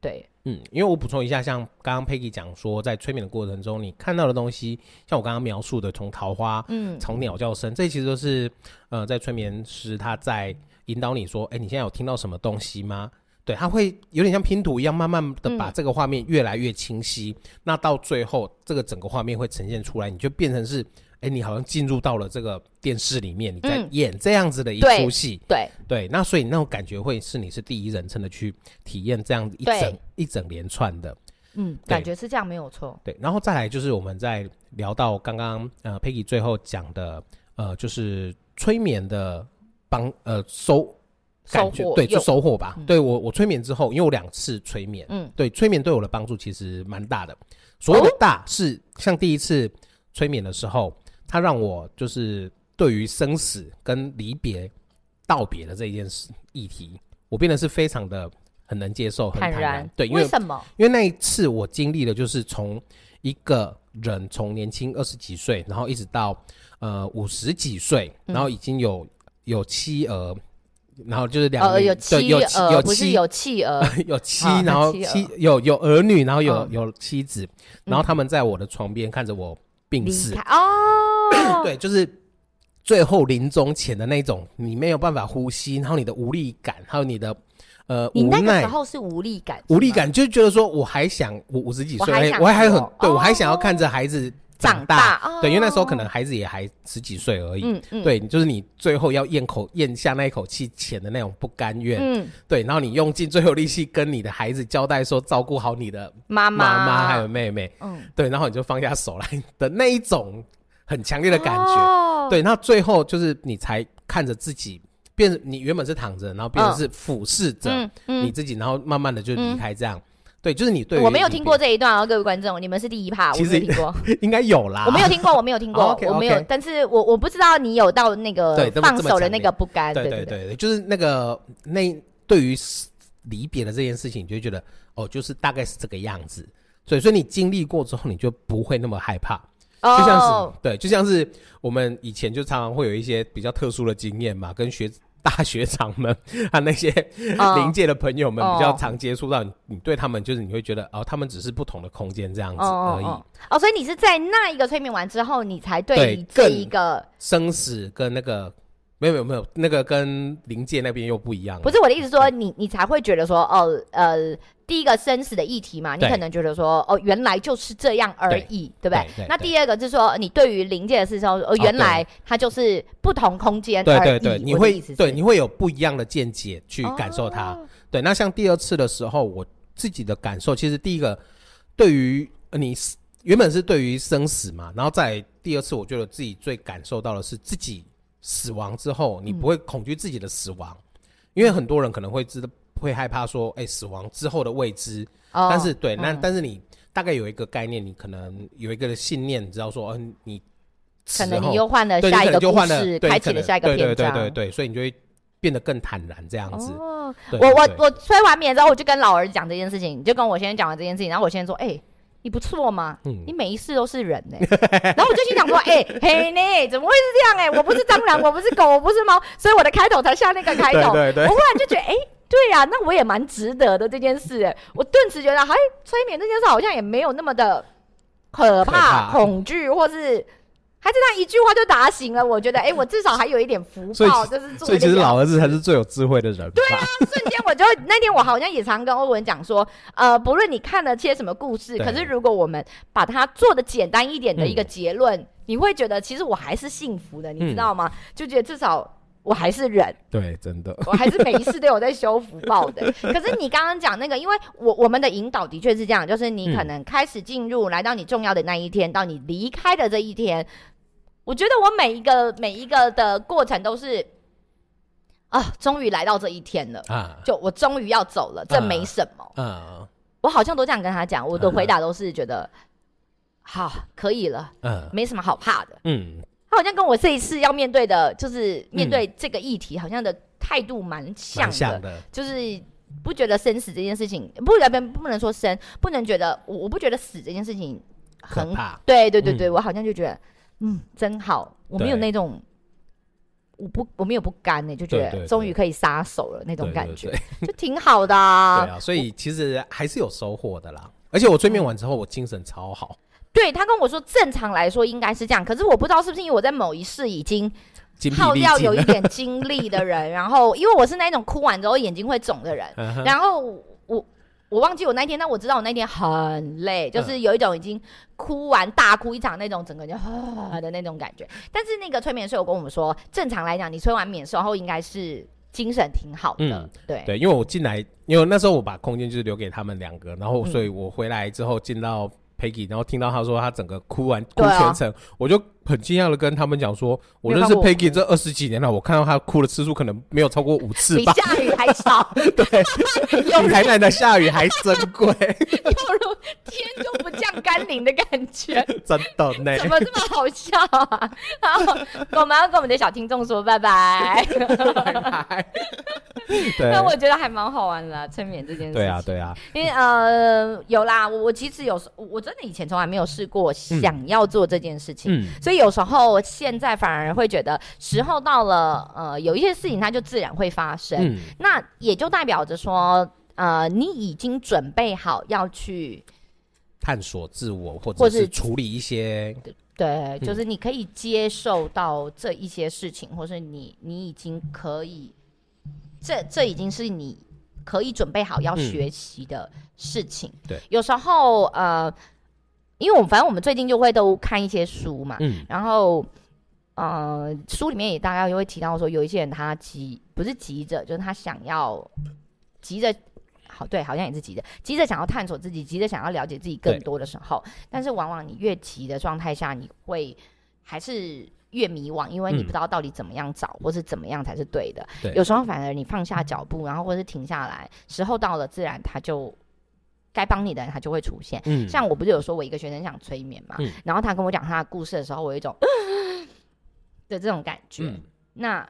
Speaker 1: 对，
Speaker 2: 嗯，因为我补充一下，像刚刚 Peggy 讲说，在催眠的过程中，你看到的东西，像我刚刚描述的，从桃花，
Speaker 1: 嗯，
Speaker 2: 从鸟叫声，这其实都是呃，在催眠师他在引导你说，哎，你现在有听到什么东西吗？对，他会有点像拼图一样，慢慢的把
Speaker 1: 嗯
Speaker 2: 这个画面越来越清晰。那到最后，这个整个画面会呈现出来，你就变成是，哎，你好像进入到了这个电视里面，你在
Speaker 1: 嗯
Speaker 2: 演这样子的一
Speaker 1: 对
Speaker 2: 出戏。
Speaker 1: 对
Speaker 2: 对，那所以那种感觉会是你是第一人称的去体验这样一
Speaker 1: 对
Speaker 2: 整一整连串的。
Speaker 1: 嗯，
Speaker 2: 对
Speaker 1: 感觉是这样没有错，
Speaker 2: 对，然后再来就是我们在聊到刚刚呃 Peggy 最后讲的呃，就是催眠的帮呃收
Speaker 1: 收
Speaker 2: 感觉
Speaker 1: 获
Speaker 2: 对，就
Speaker 1: 有
Speaker 2: 收获吧。
Speaker 1: 嗯
Speaker 2: 对我我催眠之后，因为我两次催眠，
Speaker 1: 嗯哦
Speaker 2: 对催眠对我的帮助其实蛮大的。所谓的大是像第一次催眠的时候，它让我就是对于生死跟离别、道别的这一件事议题，我变得是非常的很能接受，很坦
Speaker 1: 坦
Speaker 2: 然。
Speaker 1: 然，
Speaker 2: 对，因
Speaker 1: 为
Speaker 2: 为
Speaker 1: 什么？
Speaker 2: 因为那一次我经历的就是从一个人从年轻二十几岁，然后一直到呃五十几岁，
Speaker 1: 嗯
Speaker 2: 然后已经有有妻儿，然后就是两
Speaker 1: 呃，
Speaker 2: 个
Speaker 1: 有
Speaker 2: 对
Speaker 1: 妻
Speaker 2: 有
Speaker 1: 呃，不是
Speaker 2: <laughs> 妻
Speaker 1: 有妻儿，
Speaker 2: 有妻
Speaker 1: 啊，
Speaker 2: 然后
Speaker 1: 妻儿
Speaker 2: 妻有有儿女，然后有、
Speaker 1: 嗯
Speaker 2: 有妻子，然后他们在我的床边看着我病
Speaker 1: 离
Speaker 2: 逝，
Speaker 1: 开
Speaker 2: <coughs>
Speaker 1: 哦，
Speaker 2: 对，就是最后临终前的那种，你没有办法呼吸，然后你的无力感，还有你的呃
Speaker 1: 你
Speaker 2: 无
Speaker 1: 那个
Speaker 2: 奈
Speaker 1: 时，候是无力感，
Speaker 2: 无力感，就觉得说我还想，我五十几
Speaker 1: 我
Speaker 2: 岁，哎
Speaker 1: 还想
Speaker 2: 我还很
Speaker 1: 活
Speaker 2: 对
Speaker 1: 哦
Speaker 2: 我还想要看着孩子
Speaker 1: 长
Speaker 2: 大。
Speaker 1: 大，
Speaker 2: 对，因为那时候
Speaker 1: 哦
Speaker 2: 可能孩子也还十几岁而已。
Speaker 1: 嗯嗯，
Speaker 2: 对，就是你最后要咽口咽下那一口气前的那种不甘愿，
Speaker 1: 嗯，
Speaker 2: 对，然后你用尽最后力气跟你的孩子交代说照顾好你的
Speaker 1: 妈
Speaker 2: 妈妈还有妹妹，
Speaker 1: 嗯
Speaker 2: 对，然后你就放下手来的那一种很强烈的感觉。
Speaker 1: 觉，
Speaker 2: 对，那最后就是你才看着自己变成，你原本是躺着，然后变
Speaker 1: 嗯
Speaker 2: 成是俯视着，
Speaker 1: 嗯
Speaker 2: 你
Speaker 1: 嗯。
Speaker 2: 自己，然后慢慢的就离开这样。对，就是你对于
Speaker 1: 我没有听过
Speaker 2: 离
Speaker 1: 这一段哦，各位观众，你们是第一趴，我
Speaker 2: 其
Speaker 1: 没
Speaker 2: 实
Speaker 1: 有听
Speaker 2: <laughs>
Speaker 1: 过，
Speaker 2: 别，应该有啦。
Speaker 1: 我没有听过，我没有听
Speaker 2: <laughs> 哦
Speaker 1: 过，
Speaker 2: ，OK，
Speaker 1: 我没有
Speaker 2: OK，
Speaker 1: 但是我我不知道你有到那个
Speaker 2: 对这么
Speaker 1: 放手的那个不甘，
Speaker 2: 对
Speaker 1: 对
Speaker 2: 对对对，就是那个那对于离别的这件事情，你就会觉得哦，就是大概是这个样子。所以，所以你经历过之后，你就不会那么害怕。就像是、
Speaker 1: 哦，
Speaker 2: 对，就像是我们以前就常常会有一些比较特殊的经验嘛，跟学 <laughs> 大学长们和那些 <laughs>
Speaker 1: 哦
Speaker 2: 临界的朋友们
Speaker 1: 哦
Speaker 2: 比较常接触到，你你对他们就是你会觉得哦，他们只是不同的空间这样子而已。
Speaker 1: 哦哦，所以你是在那一个催眠完之后，你才对
Speaker 2: 对
Speaker 1: 于这
Speaker 2: 更嗯
Speaker 1: 一个
Speaker 2: 生死跟那个没有没有没有那个跟灵界那边又不一样了，
Speaker 1: 不是我的意思说，你你才会觉得说，哦，呃，第一个生死的议题嘛，你
Speaker 2: 对
Speaker 1: 可能觉得说，哦，原来就是这样而已，对不对
Speaker 2: 对对
Speaker 1: 那第二个是说，你对于临界的事情，哦，原来它就是不同空间
Speaker 2: 对
Speaker 1: 而已。
Speaker 2: 对对，你
Speaker 1: 我的
Speaker 2: 会
Speaker 1: 意思是
Speaker 2: 对你会有不一样的见解去感受它。
Speaker 1: 哦
Speaker 2: 对，那像第二次的时候，我自己的感受，其实第一个对于呃你是原本是对于生死嘛，然后在第二次，我觉得自己最感受到的是自己死亡之后，你不会恐惧自己的死亡，因为很多人可能会知道会害怕说，哎，死亡之后的未知，
Speaker 1: 哦
Speaker 2: 但是对，那、
Speaker 1: 嗯
Speaker 2: 但是你大概有一个概念，你可能有一个信念，你知道说，嗯、你死
Speaker 1: 可能
Speaker 2: 后
Speaker 1: 你又换了
Speaker 2: 对，你
Speaker 1: 下
Speaker 2: 可
Speaker 1: 一个
Speaker 2: 能就
Speaker 1: 故
Speaker 2: 换了，
Speaker 1: 事，
Speaker 2: 对
Speaker 1: 开
Speaker 2: 你可
Speaker 1: 启了
Speaker 2: 能
Speaker 1: 下一个篇
Speaker 2: 对对
Speaker 1: 章。
Speaker 2: 对对对，所以你就会变得更坦然这样子。
Speaker 1: 哦，
Speaker 2: 对
Speaker 1: 我我
Speaker 2: 对
Speaker 1: 我催完眠之后，我就跟老儿子讲这件事情，就跟我先生讲完这件事情，然后我先生说，哎、你不错嘛，
Speaker 2: 嗯
Speaker 1: 你每一世都是人
Speaker 2: <laughs>
Speaker 1: 呢、然后我就心想说，哎、嘿呢，怎么会是这样、哎，我不是蟑螂，我不是狗，我不是猫，所以我的开头才下那个开头。
Speaker 2: 对对
Speaker 1: 我忽然就觉得，哎、对呀、那我也蛮值得的这件事、哎，我顿时觉得，哎，催眠这件事好像也没有那么的可怕、
Speaker 2: 可怕
Speaker 1: 恐惧，或是。还是他一句话就打醒了，我觉得，哎、我至少还有一点福
Speaker 2: 所以
Speaker 1: 报，
Speaker 2: 其
Speaker 1: 就是做
Speaker 2: <laughs> 所以
Speaker 1: 一
Speaker 2: 其
Speaker 1: 点
Speaker 2: 实老儿子才是最有智慧的人。对啊，
Speaker 1: 瞬间我就那天我好像也常跟欧文讲说，呃，不论你看了些什么故事，
Speaker 2: 对
Speaker 1: 可是如果我们把它做的简单一点的
Speaker 2: 嗯嗯
Speaker 1: 一个结论，你会觉得其实我还是幸福的，你知道吗？就觉得至少。我还是人，
Speaker 2: 对，真的。
Speaker 1: 我还是每一次都有在修福报的。可是你刚刚讲那个，因为我我们的引导的确是这样，
Speaker 2: 嗯
Speaker 1: 就是你可能开始进入，来到你重要的那一天，到你离开的这一天，我觉得我每一个每一个的过程都是，啊，终于来到这一天了，
Speaker 2: 啊
Speaker 1: 就我终于要走了，这没什么。
Speaker 2: 啊
Speaker 1: 我好像都这样跟他讲，我的
Speaker 2: 嗯
Speaker 1: 回答都是觉得，好，可以了，
Speaker 2: 啊
Speaker 1: 没什么好怕的。
Speaker 2: 嗯
Speaker 1: 他好像跟我这一次要面对的，就是面对这个议题，好像的态度蛮像
Speaker 2: 蛮
Speaker 1: 的，
Speaker 2: 像的，
Speaker 1: 就是不觉得生死这件事情，不呃不不能说生，不能觉得我我不觉得死这件事情
Speaker 2: 可
Speaker 1: 很
Speaker 2: 怕，
Speaker 1: 对对对对，我好像就觉得，嗯，真好，我没有
Speaker 2: 对
Speaker 1: 那种，我不我没有不甘欸呢、就觉
Speaker 2: 对对
Speaker 1: 得
Speaker 2: 对
Speaker 1: 终于可以撒手了那种
Speaker 2: 对
Speaker 1: 感
Speaker 2: 对
Speaker 1: 觉，
Speaker 2: 对
Speaker 1: <laughs> 就挺好的、啊。
Speaker 2: 对啊，所以其实还是有收获的啦。而且我催眠完之后，我精神超好，
Speaker 1: 对他跟我说，正常来说应该是这样，可是我不知道是不是因为我在某一世已经
Speaker 2: 精疲
Speaker 1: 耗
Speaker 2: 力
Speaker 1: 掉
Speaker 2: 尽
Speaker 1: 有一
Speaker 2: 了。
Speaker 1: 点精力的人，然后因为我是那种哭完之后眼睛会肿的人，
Speaker 2: 嗯哼
Speaker 1: 然后我我我忘记我那天，但我知道我那天很累，
Speaker 2: 嗯
Speaker 1: 就是有一种已经哭完大哭一场那种，整个人就啊的那种感觉。但是那个催眠师有跟我们说，正常来讲，你催完眠之后应该是精神挺好的，
Speaker 2: 嗯
Speaker 1: 对。
Speaker 2: 对，因为我进来，因为那时候我把空间就是留给他们两个，然后
Speaker 1: 嗯
Speaker 2: 所以我回来之后进到 Peggy，然后听到他说他整个哭完哭
Speaker 1: 对啊
Speaker 2: 全程，我就很惊讶的跟他们讲说，我认识
Speaker 1: 没有看过我哭
Speaker 2: Peggy 这二十几年了，我看到他哭的次数可能没有超过五次
Speaker 1: 比
Speaker 2: 吧，
Speaker 1: 下雨还少， <laughs>
Speaker 2: <laughs> 对，
Speaker 1: 有
Speaker 2: 比
Speaker 1: 人
Speaker 2: 台南的下雨还珍贵，
Speaker 1: 有如天就不降甘霖的感觉，
Speaker 2: 真
Speaker 1: <laughs>
Speaker 2: 的呢。
Speaker 1: 怎么这么好笑啊？ <laughs> 好，我们要跟我们的小听众说拜拜。
Speaker 2: 对
Speaker 1: 但我觉得还蛮好玩的啦，催眠这件事情。
Speaker 2: 对啊，对啊，
Speaker 1: 因为呃，有啦，我我其实有时我我真的以前从来没有试过想要做这件事情。
Speaker 2: 嗯，
Speaker 1: 所以有时候现在反而会觉得时候到了，呃，有一些事情它就自然会发生，
Speaker 2: 嗯，
Speaker 1: 那也就代表着说，呃，你已经准备好要去，
Speaker 2: 探索自我或
Speaker 1: 或
Speaker 2: 者是
Speaker 1: 是
Speaker 2: 处理一些嗯
Speaker 1: 对，就是你可以接受到这一些事情，或是你你已经可以，这这已经是你可以准备好要
Speaker 2: 嗯
Speaker 1: 学习的事情。
Speaker 2: 对，
Speaker 1: 有时候呃，因为我们反正我们最近就会都看一些书嘛，
Speaker 2: 嗯
Speaker 1: 然后呃，书里面也大概会提到说，有一些人他急不是急着，就是他想要急着。好，对，好像也是急着，急着想要探索自己，急着想要了解自己更
Speaker 2: 对
Speaker 1: 多的时
Speaker 2: 嗯
Speaker 1: 候，但是往往你越急的状态下，你会还是越迷惘，因为你
Speaker 2: 嗯
Speaker 1: 不知道到底怎么样找，或是怎么样才是对的。
Speaker 2: 对
Speaker 1: 有时候反而你放下脚步，然后或是停下来，时候到了，自然他就该帮你的人他就会出现。
Speaker 2: 嗯，
Speaker 1: 像我不是有说我一个学生想催眠嘛，
Speaker 2: 嗯
Speaker 1: 然后他跟我讲他的故事的时候，我有一种 <gasps> 的这种感觉。
Speaker 2: 嗯
Speaker 1: 那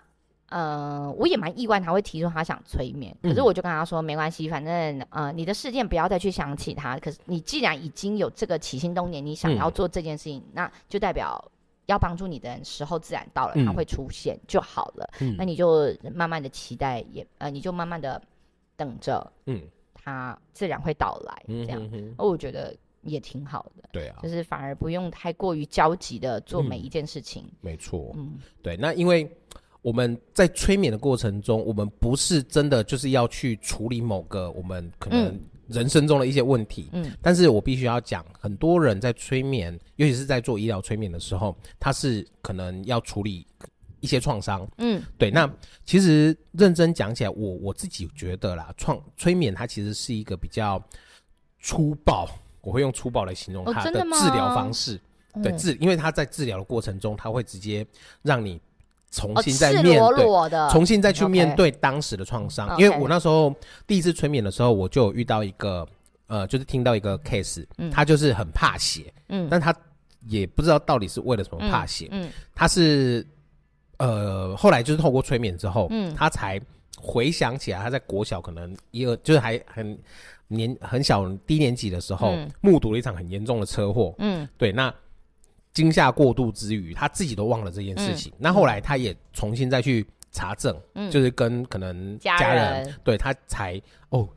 Speaker 1: 呃，我也蛮意外他会提出他想催眠，可是
Speaker 2: 嗯
Speaker 1: 我就跟他说没关系，反正呃你的事件不要再去想起他。可是你既然已经有这个起心动念，你想
Speaker 2: 嗯
Speaker 1: 要做这件事情，那就代表。要帮助你的人时候自然到了，
Speaker 2: 嗯
Speaker 1: 他会出现就好了。那
Speaker 2: 嗯
Speaker 1: 你就慢慢的期待也，呃，你就慢慢的等着，
Speaker 2: 嗯
Speaker 1: 他自然会到来。这
Speaker 2: 嗯
Speaker 1: 样，
Speaker 2: 哼哼，
Speaker 1: 哦，我觉得也挺好的，
Speaker 2: 对啊
Speaker 1: 就，是反而不用太过于焦急的做每
Speaker 2: 嗯
Speaker 1: 一件事情。
Speaker 2: 没错，
Speaker 1: 嗯，
Speaker 2: 对，那因为我们在催眠的过程中，我们不是真的就是要去处理某个我们可能
Speaker 1: 嗯
Speaker 2: 人生中的一些问题。
Speaker 1: 嗯
Speaker 2: 但是我必须要讲，很多人在催眠，尤其是在做医疗催眠的时候，他是可能要处理一些创伤。
Speaker 1: 嗯
Speaker 2: 对，那其实认真讲起来，我我自己觉得啦，创催眠它其实是一个比较粗暴，我会用粗暴来形容
Speaker 1: 哦
Speaker 2: 它
Speaker 1: 真
Speaker 2: 的
Speaker 1: 的吗
Speaker 2: 治疗方式。
Speaker 1: 嗯，
Speaker 2: 对治，因为他在治疗的过程中，他会直接让你重
Speaker 1: 哦，
Speaker 2: 新再
Speaker 1: 赤
Speaker 2: 面
Speaker 1: 裸
Speaker 2: 对，
Speaker 1: 裸的，
Speaker 2: 重新再去面
Speaker 1: OK 嗯
Speaker 2: 对当时的创伤。
Speaker 1: OK
Speaker 2: 因为我那时候第一次催眠的时候，我就有遇到一个，呃，就是听到一个 case，
Speaker 1: 嗯
Speaker 2: 他就是很怕血，
Speaker 1: 嗯
Speaker 2: 但他也不知道到底是为了什么怕血，
Speaker 1: 嗯
Speaker 2: 他是呃后来就是透过催眠之后，
Speaker 1: 嗯
Speaker 2: 他才回想起来，他在国小可能一二就是还很年很小低年级的时候，
Speaker 1: 嗯
Speaker 2: 目睹了一场很严重的车祸，
Speaker 1: 嗯
Speaker 2: 对，那惊吓过度之余，他自己都忘了这件事情。那后来他也重新再去查证，
Speaker 1: 嗯，
Speaker 2: 就是跟可能
Speaker 1: 家
Speaker 2: 家人，
Speaker 1: 人
Speaker 2: 对他才哦，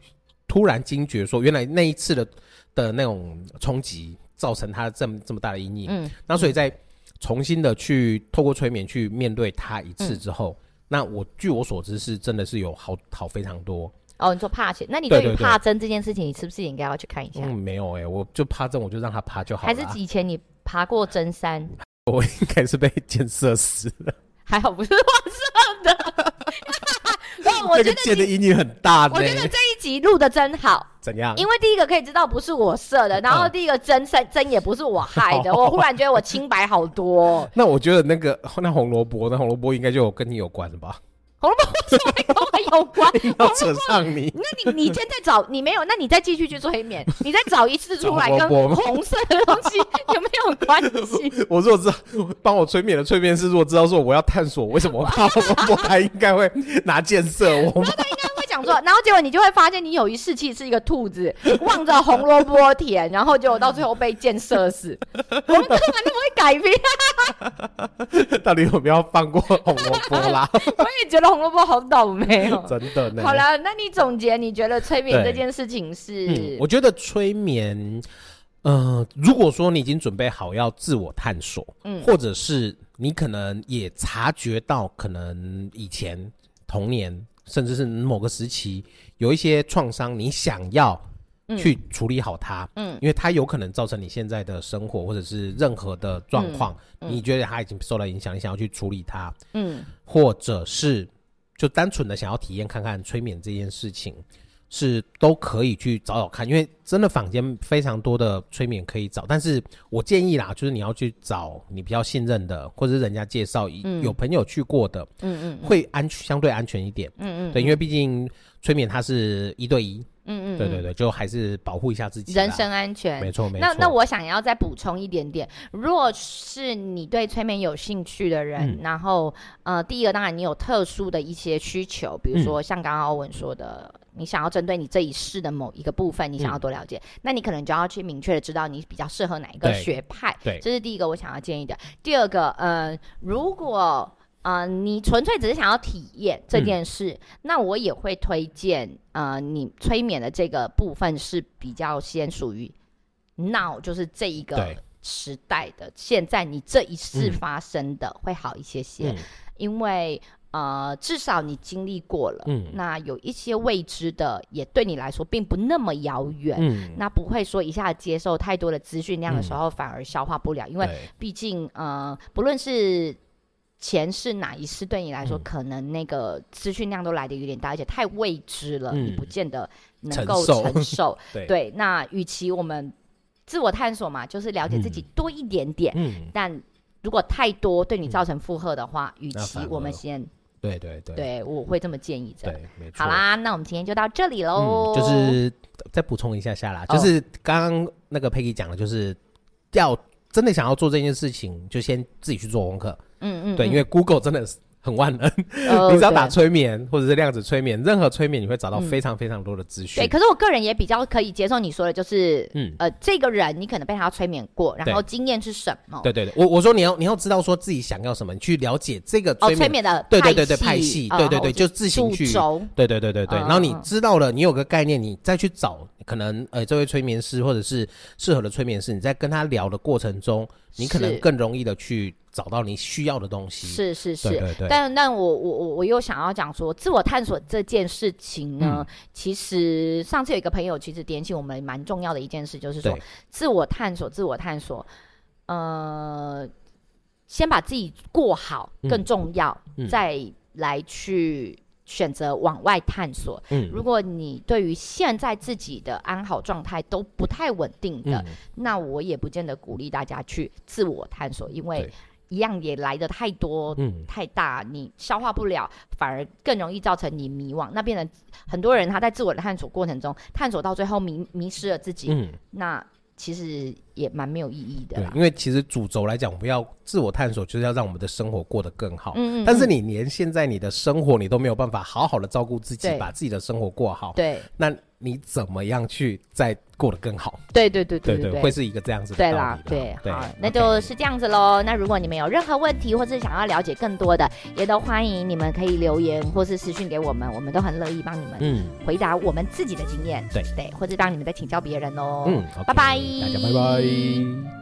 Speaker 2: 突然惊觉说，原来那一次的的那种冲击造成他这么这么大的阴影。
Speaker 1: 嗯
Speaker 2: 那所以在重新的去透过催眠去面对他一
Speaker 1: 嗯
Speaker 2: 次之后。那我据我所知是真的是有好好非常多，
Speaker 1: 哦，你说怕血，那你
Speaker 2: 对
Speaker 1: 对于
Speaker 2: 对对
Speaker 1: 怕针这件事情，你是不是也应该要去看一下？
Speaker 2: 嗯，没有哎、我就趴这种我就让他趴就好
Speaker 1: 还
Speaker 2: 了
Speaker 1: 是
Speaker 2: 啊，
Speaker 1: 以前你爬过针山？
Speaker 2: 我应该是被 <laughs> 建设死了，
Speaker 1: 还好不是我
Speaker 2: <laughs>
Speaker 1: 射的。哇，我哦觉
Speaker 2: 这个
Speaker 1: 得
Speaker 2: 剑的阴影很大呢
Speaker 1: 我。觉得这一集录的真好，
Speaker 2: 怎样？
Speaker 1: 因为第一个可以知道不是我射的，然后第一个针针针也不是我害的，我忽然觉得我清白好多。
Speaker 2: <laughs> 那我觉得那个那红萝卜，那红萝卜应该就有跟你有关了吧？
Speaker 1: 红萝卜为什么会跟我有关？
Speaker 2: 硬 <laughs> 要扯上你，
Speaker 1: 那你你现在找你没有，那你再继续去做黑面，你再找一次出来
Speaker 2: 找
Speaker 1: 跟
Speaker 2: 萝卜吗
Speaker 1: 红色的东西 <laughs> 有没有关
Speaker 2: <laughs>
Speaker 1: 系？
Speaker 2: 我如果知道帮我催眠的催眠师，如果知道说我要探索为什么我怕红萝卜，他应该会拿箭射我
Speaker 1: <laughs>
Speaker 2: 吧？
Speaker 1: 会讲说，然后结果你就会发现，你有一世气是一个兔子，望着红萝卜田，然后结果到最后被箭射
Speaker 2: <laughs>
Speaker 1: 死。我们干嘛那么会改编？
Speaker 2: 到底有没有放过红萝卜
Speaker 1: <laughs>
Speaker 2: 啦？
Speaker 1: 我也觉得红萝卜好倒霉哦。
Speaker 2: 真的呢。
Speaker 1: 好了，那你总结，你觉得催眠
Speaker 2: 对
Speaker 1: 这件事情
Speaker 2: 嗯
Speaker 1: 是，？
Speaker 2: 我觉得催眠，呃，如果说你已经准备好要自我探索，
Speaker 1: 嗯
Speaker 2: 或者是你可能也察觉到，可能以前童年甚至是某个时期有一些创伤，你想要去处理好它，
Speaker 1: 嗯
Speaker 2: 因为它有可能造成你现在的生活或者是任何的状况，你觉得它已经受到影响，你想要去处理它，
Speaker 1: 嗯
Speaker 2: 或者是就单纯的想要体验看看催眠这件事情，是都可以去找找看，因为真的坊间非常多的催眠可以找，但是我建议啦，就是你要去找你比较信任的，或者是人家介绍、
Speaker 1: 嗯
Speaker 2: 有朋友去过的，
Speaker 1: 嗯嗯
Speaker 2: 会安相对安全一点。
Speaker 1: 嗯嗯，
Speaker 2: 对，因为毕竟催眠它是一对一，
Speaker 1: 嗯嗯，
Speaker 2: 对对对，就还是保护一下自己啦。
Speaker 1: 人身安全
Speaker 2: 没。错没错。
Speaker 1: 那那我想要再补充一点点，如果是你对催眠有兴趣的人，
Speaker 2: 嗯
Speaker 1: 然后呃，第一个当然你有特殊的一些需求，比
Speaker 2: 嗯
Speaker 1: 如说像刚刚欧文说的，你想要针对你这一世的某一个部分，你
Speaker 2: 嗯
Speaker 1: 想要多了解，那你可能就要去明确的知道你比较适合哪一个
Speaker 2: 对
Speaker 1: 学派，
Speaker 2: 对
Speaker 1: 这是第一个我想要建议的。第二个，呃，如果呃，你纯粹只是想要体验
Speaker 2: 嗯
Speaker 1: 这件事，那我也会推荐呃，你催眠的这个部分是比较先属于 now，就是这一个
Speaker 2: 对
Speaker 1: 时代的，现在你这一世
Speaker 2: 嗯
Speaker 1: 发生的会好一些些，
Speaker 2: 嗯
Speaker 1: 因为呃，至少你经历过了，
Speaker 2: 嗯
Speaker 1: 那有一些未知的也对你来说并不那么遥远。
Speaker 2: 嗯，
Speaker 1: 那不会说一下接受太多的资讯量的时候，反而消化不了，因为
Speaker 2: 对
Speaker 1: 毕竟呃，不论是前世哪一世，对你来说，
Speaker 2: 嗯
Speaker 1: 可能那个资讯量都来的有点大，而且太未知了，
Speaker 2: 嗯
Speaker 1: 你不见得能
Speaker 2: 承
Speaker 1: 够
Speaker 2: 受
Speaker 1: 承受。
Speaker 2: <laughs> 对，
Speaker 1: 对，那与其我们自我探索嘛，就是了解自己多一点点，
Speaker 2: 嗯，
Speaker 1: 但。如果太多对你造成负荷的话，与
Speaker 2: 那
Speaker 1: 其
Speaker 2: 反而
Speaker 1: 我们先
Speaker 2: 对对对
Speaker 1: 对我会这么建议这样。
Speaker 2: 对，没错。
Speaker 1: 好啦，那我们今天就到这里喽、
Speaker 2: 嗯，就是再补充一下下啦，
Speaker 1: 哦
Speaker 2: 就是刚刚那个 Peggy 讲的，就是要真的想要做这件事情，就先自己去做功课。
Speaker 1: 嗯嗯，嗯哦
Speaker 2: 对，因为 Google 真的是很万能，
Speaker 1: 为
Speaker 2: <laughs> 你只要打催眠或者是量子催眠，任何催眠你会找到
Speaker 1: 嗯
Speaker 2: 非常非常多的资讯
Speaker 1: 对，。可是我个人也比较可以接受你说的，就是
Speaker 2: 嗯，
Speaker 1: 呃，这个人你可能被他催眠过，然后经验是什么？
Speaker 2: 对对对，我我说你要你要知道说自己想要什么，你去了解这个
Speaker 1: 哦，
Speaker 2: 催
Speaker 1: 催眠
Speaker 2: 眠，
Speaker 1: 的
Speaker 2: 对对对对派系，
Speaker 1: 呃
Speaker 2: 对对对，
Speaker 1: 或者
Speaker 2: 就自行去
Speaker 1: 主轴，
Speaker 2: 对对对对对，
Speaker 1: 嗯
Speaker 2: 然后你
Speaker 1: 嗯
Speaker 2: 知道了，你有个概念，你再去找可能呃这位催眠师或者是适合的催眠师，你在跟他聊的过程中，你可能
Speaker 1: 是
Speaker 2: 更容易的去找到你需要的东西。，
Speaker 1: 是是是。
Speaker 2: 对对对，
Speaker 1: 但但我我我我又想要讲说，自我探索这件事情呢，
Speaker 2: 嗯
Speaker 1: 其实上次有一个朋友其实点醒我们蛮重要的一件事，就是说
Speaker 2: 对
Speaker 1: 自我探索，自我探索，呃，先把自己过好
Speaker 2: 嗯
Speaker 1: 更重要，
Speaker 2: 嗯
Speaker 1: 再来去选择往外探索。
Speaker 2: 嗯
Speaker 1: 如果你对于现在自己的安好状态都不太稳定的，
Speaker 2: 嗯，
Speaker 1: 那我也不见得鼓励大家去自我探索，因为
Speaker 2: 对
Speaker 1: 一样也来的太多。
Speaker 2: 嗯，
Speaker 1: 太大，你消化不了，反而更容易造成你迷惘。那变成很多人他在自我的探索过程中，探索到最后迷迷失了自己，
Speaker 2: 嗯，
Speaker 1: 那其实也蛮没有意义的
Speaker 2: 对
Speaker 1: 啦，。
Speaker 2: 因为其实主轴来讲，我们要自我探索，就是要让我们的生活过得更好。
Speaker 1: 嗯嗯
Speaker 2: 但是
Speaker 1: 嗯
Speaker 2: 你连现在你的生活你都没有办法好好的照顾自己，
Speaker 1: 对
Speaker 2: 把自己的生活过好，
Speaker 1: 对
Speaker 2: 那你怎么样去再过得更好？
Speaker 1: 对对对
Speaker 2: 对
Speaker 1: 对
Speaker 2: 会是一个这样子的嗯
Speaker 1: 对
Speaker 2: 道
Speaker 1: 啦
Speaker 2: 理，
Speaker 1: 对，
Speaker 2: 对
Speaker 1: 好，那
Speaker 2: OK
Speaker 1: 就是这样子喽。那如果你们有任何问题，或是想要了解更多的，也都欢迎你们可以留言或是私讯给我们，我们都很乐意帮你们
Speaker 2: 嗯
Speaker 1: 回答我们自己的经验，
Speaker 2: 对
Speaker 1: 对，或者让你们再请教别人哦。
Speaker 2: 嗯，
Speaker 1: 拜拜
Speaker 2: OK，大家拜拜。